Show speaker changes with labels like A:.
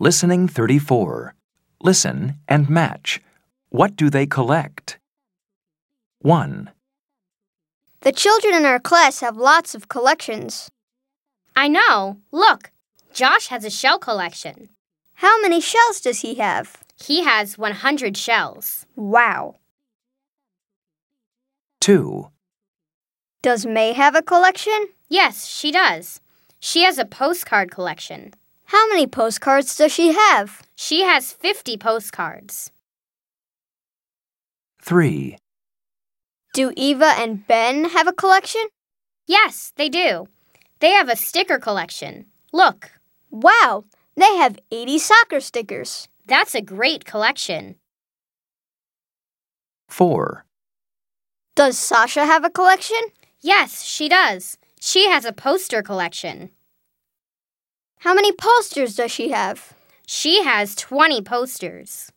A: Listening 34. Listen and match. What do they collect? 1,
B: The children in our class have lots of collections.
C: I know. Look, Josh has a shell collection.
B: How many shells does he have?
C: He has 100 shells.
B: Wow.
A: 2,
B: Does May have a collection?
C: Yes, she does. She has a postcard collection.
B: How many postcards does she have?
C: She has 50 postcards.
A: 3,
B: Do Eva and Ben have a collection?
C: Yes, they do. They have a sticker collection. Look,
B: Wow, they have 80 soccer stickers.
C: that's a great collection.
A: 4,
B: Does Sasha have a collection?
C: Yes, she does. She has a poster collection.
B: How many posters does she have?
C: She has 20 posters.